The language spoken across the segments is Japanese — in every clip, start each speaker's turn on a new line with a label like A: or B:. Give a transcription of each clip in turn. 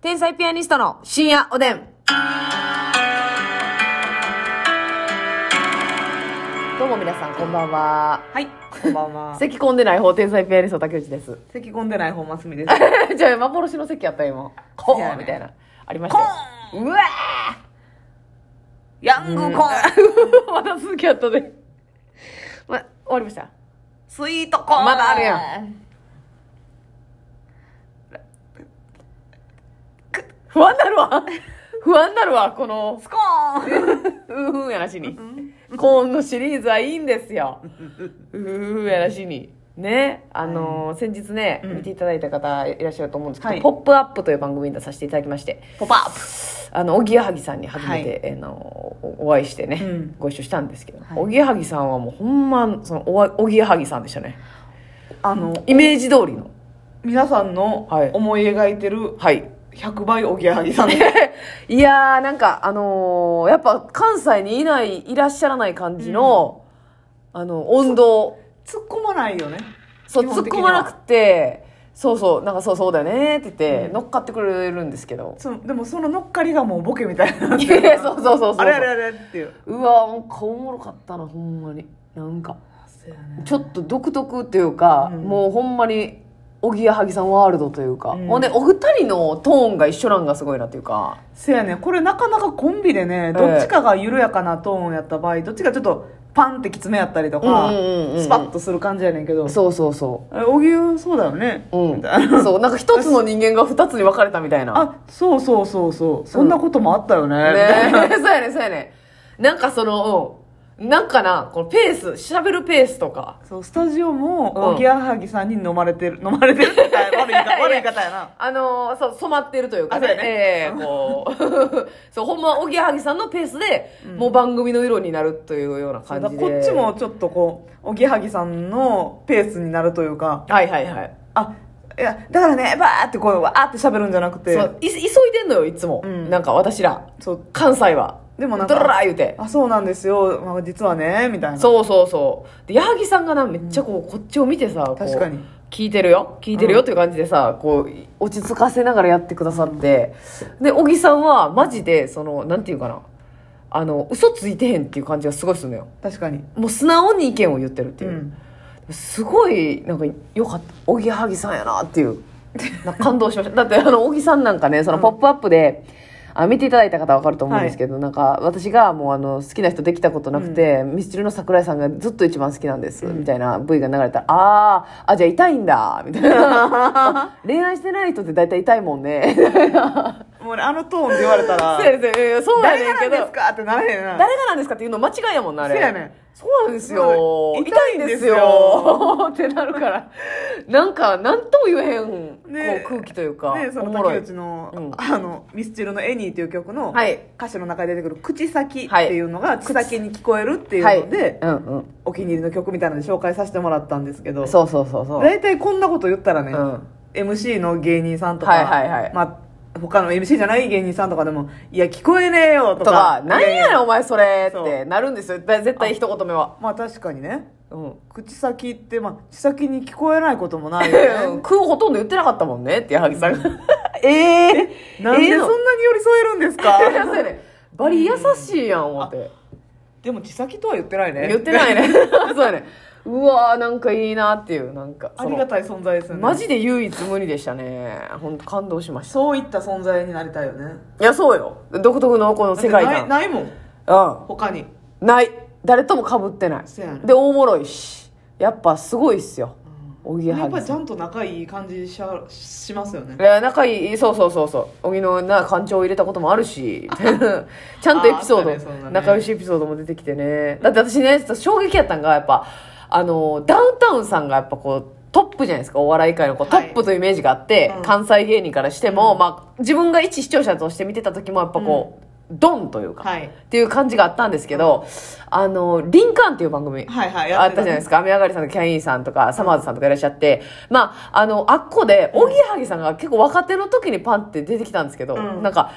A: 天才ピアニストの深夜おでん。どうも皆さん、こんばんは。
B: はい、こんばん は。
A: 咳込んでない方、天才ピアニスト竹内です。
B: 咳込んでない方、ます みです。
A: じゃあ、幻の席やったよ、今。コ
B: せや
A: ーン
B: ね
A: みたいな。ありましたよ
B: コ
A: うわ
B: ヤングコーン、
A: ー また続きやったで。ま、終わりました。
B: スイートコーン。
A: まだあるや
B: ん。
A: 不安なる わ。不安なるわ、この、
B: スコ ーン。
A: うーふんやなしに。コーンのシリーズはいいんですよ。うーふんやなしに。ね、あのー先日ね、
B: うん
A: 見ていただいた方いらっしゃると思うんですけど、
B: はい
A: ポップアップという番組に出させていただきまして、
B: ポパッ
A: あの、おぎやはぎさんに初めて、
B: はい
A: あのおお会いしてね、
B: うん
A: ご一緒したんですけど、
B: はい
A: おぎやはぎさんはもうほんま、そのおわ、おぎやはぎさんでしたね。
B: プ。あの、
A: イメージ通りの。
B: 皆さんの
A: はい
B: 思い描いてる
A: はい。
B: 100倍おぎやはぎ さんです。
A: いやー、なんか、あのーやっぱ関西にいない、いらっしゃらない感じの、あの、温度。
B: 突っ込まないよね。
A: そう、
B: 基
A: 突っ
B: 本的に
A: 込
B: は
A: まなくて、そうそう、なんかそうそうだよねって言って、
B: うん
A: 乗っかってくれるんですけど。
B: そうでもその乗っかりがもうボケみた いな。
A: いや そうそうそうそう
B: あれあれあれっていう。
A: うわもう顔おもろかったな、ほんまに。なんか、ちょっと独特っていうか、
B: うん
A: もうほんまに、おぎやはぎさんワールドというか。
B: うん
A: ほんで、お二人のトーンが一緒なんがすごいなっていうか。
B: せやねこれなかなかコンビでねどっちかが緩やかなトーンやった場合どっちかちょっとパンってきつめやったりとか
A: うんうんうんうん
B: スパッとする感じやねんけど
A: そうそうそ
B: あれおぎゅうそうだよね
A: う。う
B: み
A: ん
B: たいな。
A: そう、なんか一つの人間が二つに分かれたみたいな。
B: あそうそうそうそうそんなこともあったよね
A: ね そうやねそうやねなんかその、うんなんかな、このペース、喋るペースとか。
B: そうスタジオ
A: うん
B: もおぎやはぎさんに飲まれてる飲まれ てるって言ったら悪い言い方悪い言い方やな
A: あのーそう、染まってるというか
B: あそうやね
A: ええこう。 そう、ほんま、おぎやはぎさんのペースで、もう番組の色になるというような
B: そう
A: 感
B: だ
A: じで。
B: こっちも。ちょっとこうおぎやはぎさんのペースになるというか
A: はいはいはい。
B: あいやだからねバーってこうわーって喋るんじゃなくて
A: そう、い急いでんのよ、いつも。
B: うん
A: なんか私ら、
B: そう
A: 関西は。
B: でもなん
A: ド
B: か
A: ララ言うて。
B: あそうなんですよ、まあ、実はねみたいな
A: そうそうそう。で、矢作さんがな、めっちゃこう、こっちを見てさ、こう
B: 確かに
A: 聞いてるよ聞いてるよっていう感じでさ、こう、落ち着かせながらやってくださって。で、小木さんは、マジで、その、なんていうかな。あの、嘘ついてへんっていう感じがすごいするのよ。
B: 確かに
A: もう素直に意見を言ってるっていうう。
B: ん
A: すごい、なんか、よかった。小木はぎさんやなっていう。なんか感動しました。だって、あの、小木さんなんかね、その、
B: うん
A: ポップアップで、あ見ていただいた方はわかると思うんですけど、なんか私がもうあの好きな人できたことなくて、ミスチルの桜井さんがずっと一番好きなんです、みたいな V が流れたら「あーあじゃあ痛いんだ」みたい な恋愛してない人って大体痛いもんね
B: もう俺あのトーンで言われたら
A: そうやねいやいやそうや
B: 誰
A: ね
B: が
A: んけ
B: なん
A: ど
B: ですかってならへんな
A: 誰がなんですかっていうの間違いやもんなあれ
B: そうやねん
A: そうなんですよ
B: うん
A: 痛いんですよ ってなるからなんか何とも言えへん、
B: ね
A: こう空気というか、
B: ね、そ
A: お
B: の
A: もろ
B: 竹
A: い
B: 内の,、
A: うん
B: あのミスチルの「エニー」という曲の
A: はい
B: 歌詞の中で出てくる「口先」っていうのが「口先に聞こえる」って
A: は
B: いう
A: い
B: ので、
A: うんうん
B: お気に入りの曲みたいなので紹介させてもらったんですけど
A: そうそうそうそう
B: 大体こんなこと言ったらね、
A: うん
B: MC の芸人さんとか、
A: はいはいはい
B: まあ、他の MC じゃない芸人さんとかでも「いや聞こえねえよ」
A: と
B: と
A: か
B: か
A: 「なんやねんお前それ」っ
B: そ
A: て
B: う
A: なるんですよだ絶対一言目は、
B: まあ確かにね
A: うん
B: 口先って、まあ、口先に聞こえないこともない よね
A: 空ほとんど言ってなかったもんねって矢作さんが ええー、
B: なんでそんな
A: の
B: に寄り添えるんです
A: いや
B: か
A: そうやねバリ優しいやん思って
B: でも口先とは言ってないね
A: 言ってないね そうやねうわーなんかいいなっていうなんか
B: あ
A: その
B: りがたい存在ですよね
A: マジで唯一無二でしたね本当感動しました
B: そういった存在になりたいよね
A: いやそうよ独特のこの世界
B: だって
A: 観
B: ないないもん
A: う
B: 他に
A: んない誰ともかぶってない
B: そうやね
A: で大もろいしやっぱすごいっすよおぎや
B: や
A: は
B: っぱ
A: ぎ
B: り
A: さん
B: ちゃんと仲いい感じしゃしますよね
A: いや仲いいそうそうそうそう荻野な感情を入れたこともある しちゃんとエピソード
B: あーそうねそうだね
A: 仲良しエピソードも出てきてねだって私ねちょっと衝撃やったんがやっぱあのダウンタウンさんがやっぱこうトップじゃないですかお笑い界のこうト
B: はい
A: ップというイメージがあって、
B: うん
A: 関西芸人からしても、まあ、自分が一視聴者として見てた時もやっぱこう、ドンというか、
B: はい
A: っていう感じがあったんですけど、あのリンカーンっていう番組、
B: はいはい
A: あ
B: や
A: っ
B: って
A: たじゃ
B: た
A: ないですか。雨上がりさんとキャインさんとか、サマーズさんとかいらっしゃって、まあ、あの、あっこで、おぎやはぎさんが結構若手の時にパンって出てきたんですけど、
B: うん
A: なんか、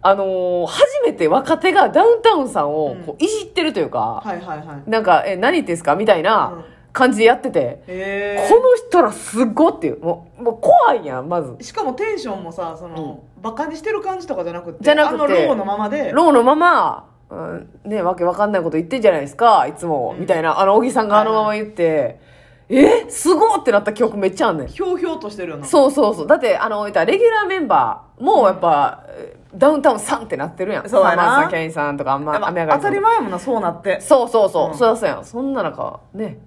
A: あのー初めて若手がダウンタウンさんをこういじってるというか、
B: はいはいはい
A: なんか、え、何言ってんすかみたいな感じでやってて、
B: へ
A: この人らすごっていう。もう、もう怖いやん、まず。
B: しかもテンションもさその、バカにしてる感じとかじゃなくて
A: じゃなくて
B: あのローのままで
A: ローのまま、うん、ね、わけわかんないこと言ってんじゃないですか、いつも、
B: うん
A: みたいな、あの、小木さんがあのまま言って、えすごってなった記憶めっちゃあんねん。
B: ひょうひょうとしてるよな
A: そうそうそう。だって、あの、言ったらレギュラーメンバーもやっぱ、ダウンタウンさんってなってるやん。
B: そうや
A: サマ
B: な
A: ーズさん、キャインさんとか、あんま、
B: やっぱ
A: 雨上がり
B: 当
A: さ
B: た
A: ん
B: り前やもんなそうなって
A: そうそうそう、
B: うん
A: そうやそうやん。そんな中、ね、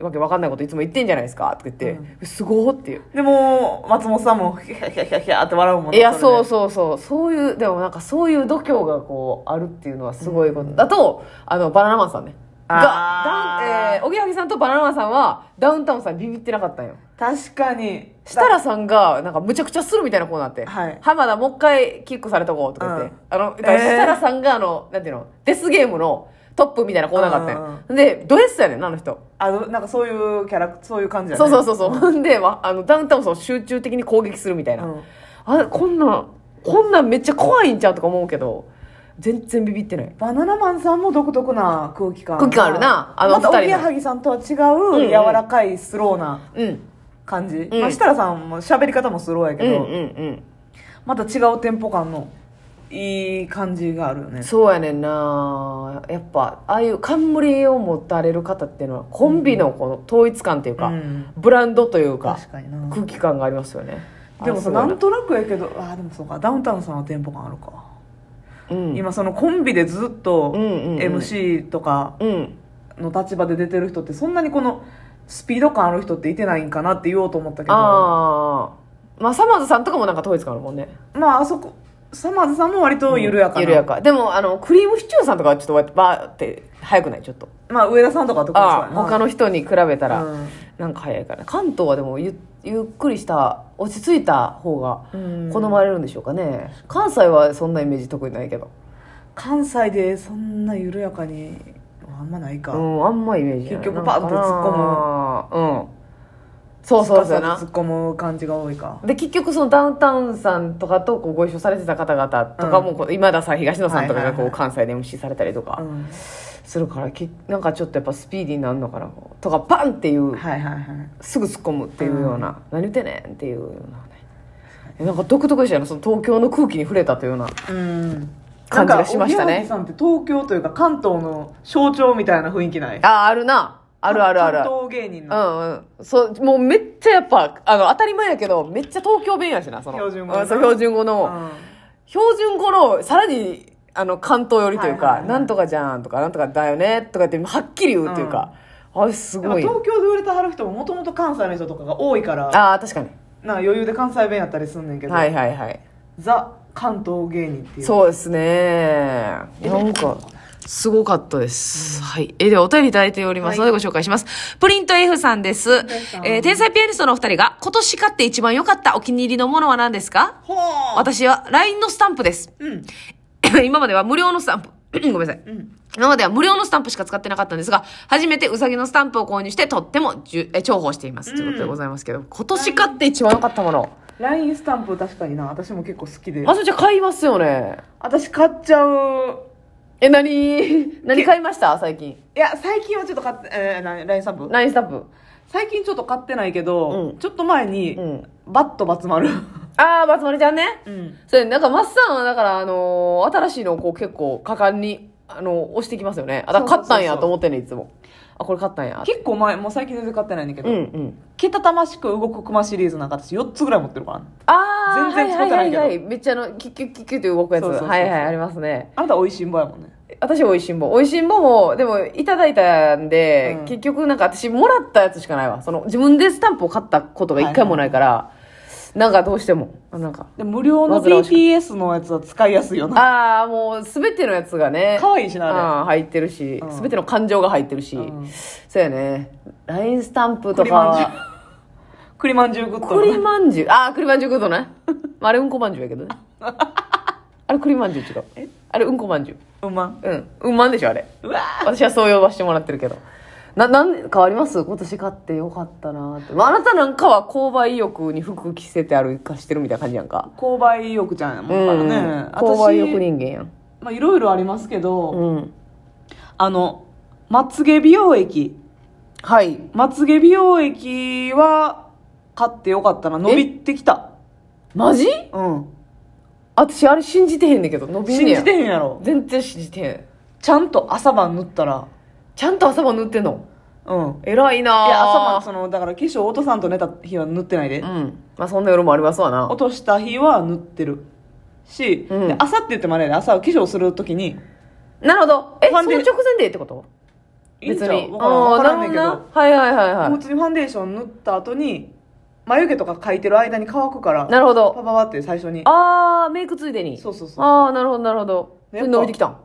A: わけわかんないこといつも言ってんじゃないですか、とか言って、すごーっていう。
B: でも松本さんもヒャヒャヒャヒャって笑うもんない
A: やそうそ
B: そ
A: うそうそういうでもなんかそういう度胸がこうあるっていうのはすごいこと、だとあのバナナマンさんねが
B: あー
A: ダウンえーおぎやはぎさんとバナナマンさんはダウンタウンさんビビってなかったんよ
B: れで確かに
A: 設楽さんがなんかむちゃくちゃするみたいなコーナーあって「
B: はい
A: 浜田もう一回キックされとこう」とか言って、
B: うん
A: あのだから
B: えー
A: 設楽さんがあの、なんていうのデスゲームのトップみたいなコーナーがあったんよ、でドレスやねんなあの人
B: あのなんかそういうキャラクそういう感じやね
A: そうそうそうそう。ほんで、まあの、ダウンタウンさんを集中的に攻撃するみたいな。
B: うん
A: あ、こんなん、こんなんめっちゃ怖いんちゃうとか思うけど、全然ビビってない。
B: バナナマンさんも独特な空気感
A: 空気感あるなあ
B: あ
A: の
B: のま
A: 二人の
B: たおぎやはぎさんとは違
A: んうん
B: う柔らかいスローな
A: うん。
B: 感じ、
A: ん
B: まあ、設楽さんも喋り方もスローや
A: うん
B: け
A: うん
B: ど、
A: うん。
B: また違うテンポ感のいい感じがあるよね
A: そうやねんなやっぱ、ああいう冠を持たれる方っていうのは、コンビのこの統一感っていうか、
B: うん
A: ブランドというか、
B: 確かにな
A: 空気感がありますよね。
B: でも
A: あす
B: さ
A: ごい
B: なんとなくやけどあーでもそうかダウンタウンさんはテンポ感あるか、
A: うん。
B: 今そのコンビでずっと
A: うんうんうん
B: MC とか
A: うん。
B: の立場で出てる人ってそんなにこのスピード感ある人っていてないんかなって言おうと思ったけど
A: ああ。まあ、さまずさんとかもなんか統一感あるもんね。
B: まああそこさまぁずさんも割と緩やかな、
A: 緩やかでもあのクリームシチューさんとかはちょっとわバーって早くないちょっと
B: まあ上田さんとかと
A: あ
B: か
A: あ他の人に比べた、
B: からうん
A: なんか早いから関東はでもゆゆっくりした落ち着いた方が
B: うん
A: 好まれるんでしょうかね、関西はそんなイメージ特にないけど
B: 関西でそんな緩やかにあんまないか、
A: うんあんまイメージない
B: 結局パンって突っ
A: 込むうんそうそうそうや
B: 突
A: な
B: っ込む感じが多いか
A: で結局そのダウンタウンさんとかとこうご一緒されてた方々とかも、こう今田さん東野さんとかがこう
B: はいはいは
A: 関西で MC されたりとか、
B: うん
A: するからきなんかちょっとやっぱスピーディーになるのかなとかパンっていう
B: はいはいはい
A: すぐ突っ込むっていうような、何言ってんねんっていうようなねなんか独特でしたよねその東京の空気に触れたというような
B: うん
A: 感じがしましたね
B: なんかおぎやはぎさんって東京というか関東の象徴みたいな雰囲気ない
A: ああるなあるあるある
B: 関東芸人
A: う
B: の、
A: んうんそうもうめっちゃやっぱあの当たり前やけどめっちゃ東京弁やしなその
B: 標準語ね
A: うんそう標準語の、
B: うん
A: 標準語のさらにあの関東寄りというか、
B: はいはいはい
A: なんとかじゃんとかなんとかだよねとかってはっきり言うというか、あれす
B: でも
A: ごい
B: 東京で売れてはる人ももともと関西の人とかが多いからなんか
A: ああ確かに
B: 余裕で関西弁やったりすんねんけど、
A: はいはいはい
B: ザ関東芸人っていう
A: そうですね。なんか、すごかったです。はい。え、ではお便りいただいておりますのでご紹介します。プリント F さんです。
B: さん
A: えー天才ピアニストのお二人が、今年買って一番良かったお気に入りのものは何ですか
B: ほー
A: 私は LINE のスタンプです。
B: うん
A: 今までは無料のスタンプ。 ごめんなさい。今までは無料のスタンプしか使ってなかったんですが、初めてうさぎのスタンプを購入して、とってもじゅえ重宝しています。ということでございますけど、今年買って一番良かったもの。
B: LINE スタンプ確かにな私も結構好きで
A: あ、それじゃ買いますよね。
B: 私買っちゃう
A: え、何 何買いました最近。
B: いや最近はちょっと買って、えーな、LINE スタンプ
A: ナインスタンプ。
B: 最近ちょっと買ってないけど、
A: うん
B: ちょっと前に、
A: うん
B: バットバツ丸、
A: ああ、松丸ちゃんね。
B: うん、
A: それ、なんか、マッサンは、だから、あのー新しいのをこう結構果敢に、あのー押してきますよね。あ、だから
B: そ
A: 買
B: う
A: っ
B: そうそうそ
A: た
B: うん
A: やと思ってんね、いつも。あ、これ買ったんや。
B: 結構前もう最近全然買ってないんだけ
A: う
B: ど、
A: んうん。
B: けたたましく動くクマシリーズなんか私4つぐらい持ってるからね
A: ああ、
B: 全然使ってないけど
A: はいはいはいはい。めっちゃあの、キュッキュッキュッキュッって動くやつ。
B: そうそうそうそ
A: は
B: う
A: いはい、ありますね。
B: あなたおいしんぼやもんね
A: 私、美味しんぼ。美味しんぼも、でも、いただいたんで、
B: うん
A: 結局、なんか私、もらったやつしかないわ。その、自分でスタンプを買ったことが一回もないから、なんかどうしても、あなんか。
B: で無料の
A: 煩わしく
B: BTS のやつは使いやすいよな
A: ああ、もう、すべてのやつがね。
B: 可愛いしなあれ
A: ああ入ってるし、
B: うん
A: すべての感情が入ってるし。
B: うん
A: そうやね。ラインスタンプと
B: 栗まんじゅう
A: か、
B: 栗まんじゅうグッド
A: 栗まんじゅう。ああ、栗まんじゅうことね。まあ、あれうんこまんじゅうやけど ね。あれ栗まんじゅう違う。あれうんこまんじゅう。
B: うま
A: うん。うんまんでしょ、あれ。
B: うわ
A: 私はそう呼ばせてもらってるけど。な、なん、変わります今年買ってよかったなって。まあ、あなたなんかは購買意欲に服着せて歩かしてるみたいな感じやんか。
B: 購買意欲ちゃんや
A: う
B: もんから
A: ん。
B: ね、
A: 購買意欲人間やん。
B: 私まあいろいろありますけど、
A: うん。
B: あのまつげ美容液
A: はい
B: まつげ美容液は買ってよかったな伸びてきた
A: マジ
B: うん
A: 私あれ信じてへんねんけど伸びんね
B: 信
A: や
B: じてへんやろ
A: 全然信じてへん
B: ちゃんと朝晩塗ったら
A: ちゃんと朝晩塗ってんの
B: うん
A: 偉いないい
B: や朝晩そのだから化粧落とさんと寝た日は塗ってないで、
A: うんまあそんな夜もありますわな
B: 落とした日は塗ってるし、
A: うん
B: で朝って言ってもあれやで朝化粧するときに
A: なるほどえ
B: フ
A: その
B: ァン
A: 直前
B: デ
A: でってこと
B: いいんちゃう分からん
A: ああー
B: 分
A: な
B: からんね
A: るほ
B: んけ
A: ど
B: ど
A: なはいはいはいは
B: もう普通にファンデーション塗った後に眉毛とか描いてる間に乾くから
A: いなるほ
B: パ
A: ど
B: パパって最初に
A: ああメイクついでに
B: そうそうそう
A: ああなるほどなるほどそ
B: やっぱ
A: れ伸びてきたん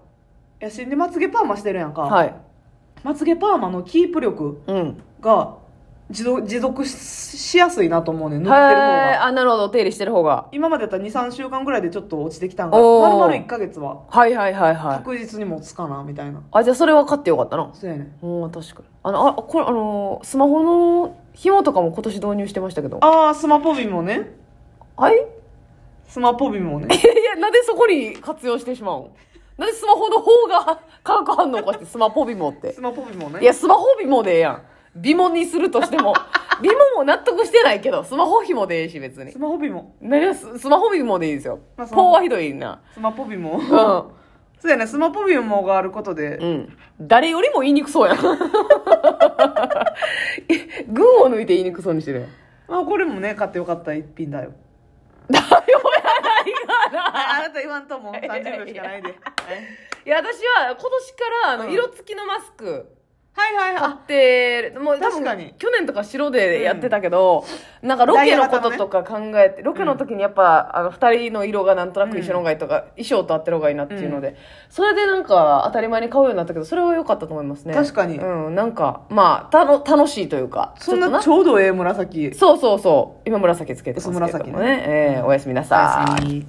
B: やしでまつげパーマしてるやんか、
A: はい
B: まつげパーマのキープ力
A: うん
B: が持続持続ししやすいなと思うねん塗ってる方
A: はい
B: が
A: あなるほど手入れしてる方が
B: 今までだったら23週間ぐらいでちょっと落ちてきたんが
A: おー
B: 丸々1ヶ月は
A: はいはいはいはい
B: 確実に持つかなみたいな
A: あじゃあそれは買ってよかったな
B: そうやねん
A: うん確かにあのあこれあのースマホの紐とかも今年導入してましたけど
B: ああスマポビもね
A: はい い
B: スマポビもね
A: やなんでそこに活用してしまうんなんでスマホの方が 化学反応起こしてスマホビモって
B: スマポビもね
A: いやスマホビモでええやんビモにするとして もビモも納得してないけどスマホ紐でええし別に
B: スマホビも
A: 何がススマホビモでいいですよ、
B: まあその
A: ポーはひどいな
B: スマポビも
A: うん
B: そうやねんスマポビもがあることで
A: うん誰よりも言いにくそうやん え群を抜いて言いにくそうにしてるやん
B: まあこれもね買ってよかった一品 だよああなた言わんともう30秒しかないではい
A: いや私は今年からあの
B: うん
A: 色付きのマスク
B: はいはい
A: 買
B: あ
A: ってる、もう多
B: 確かに
A: 分去年とか白でやってたけど、なんかロケのこととか考えて、ロケの時にやっぱ、あの2人の色がなんとなく一緒の方がいいとか、衣装と合ってる方がいいなっていうので、それでなんか当たり前に買うようになったけどそれは良かったと思いますね
B: 確かに
A: うんなんかまあたの楽しいというか
B: そん
A: ちょっと
B: なちょうどええ紫
A: そうそうそう今紫つけてますけどもね
B: 薄紫ね
A: ええおやすみなさい
B: おやすみ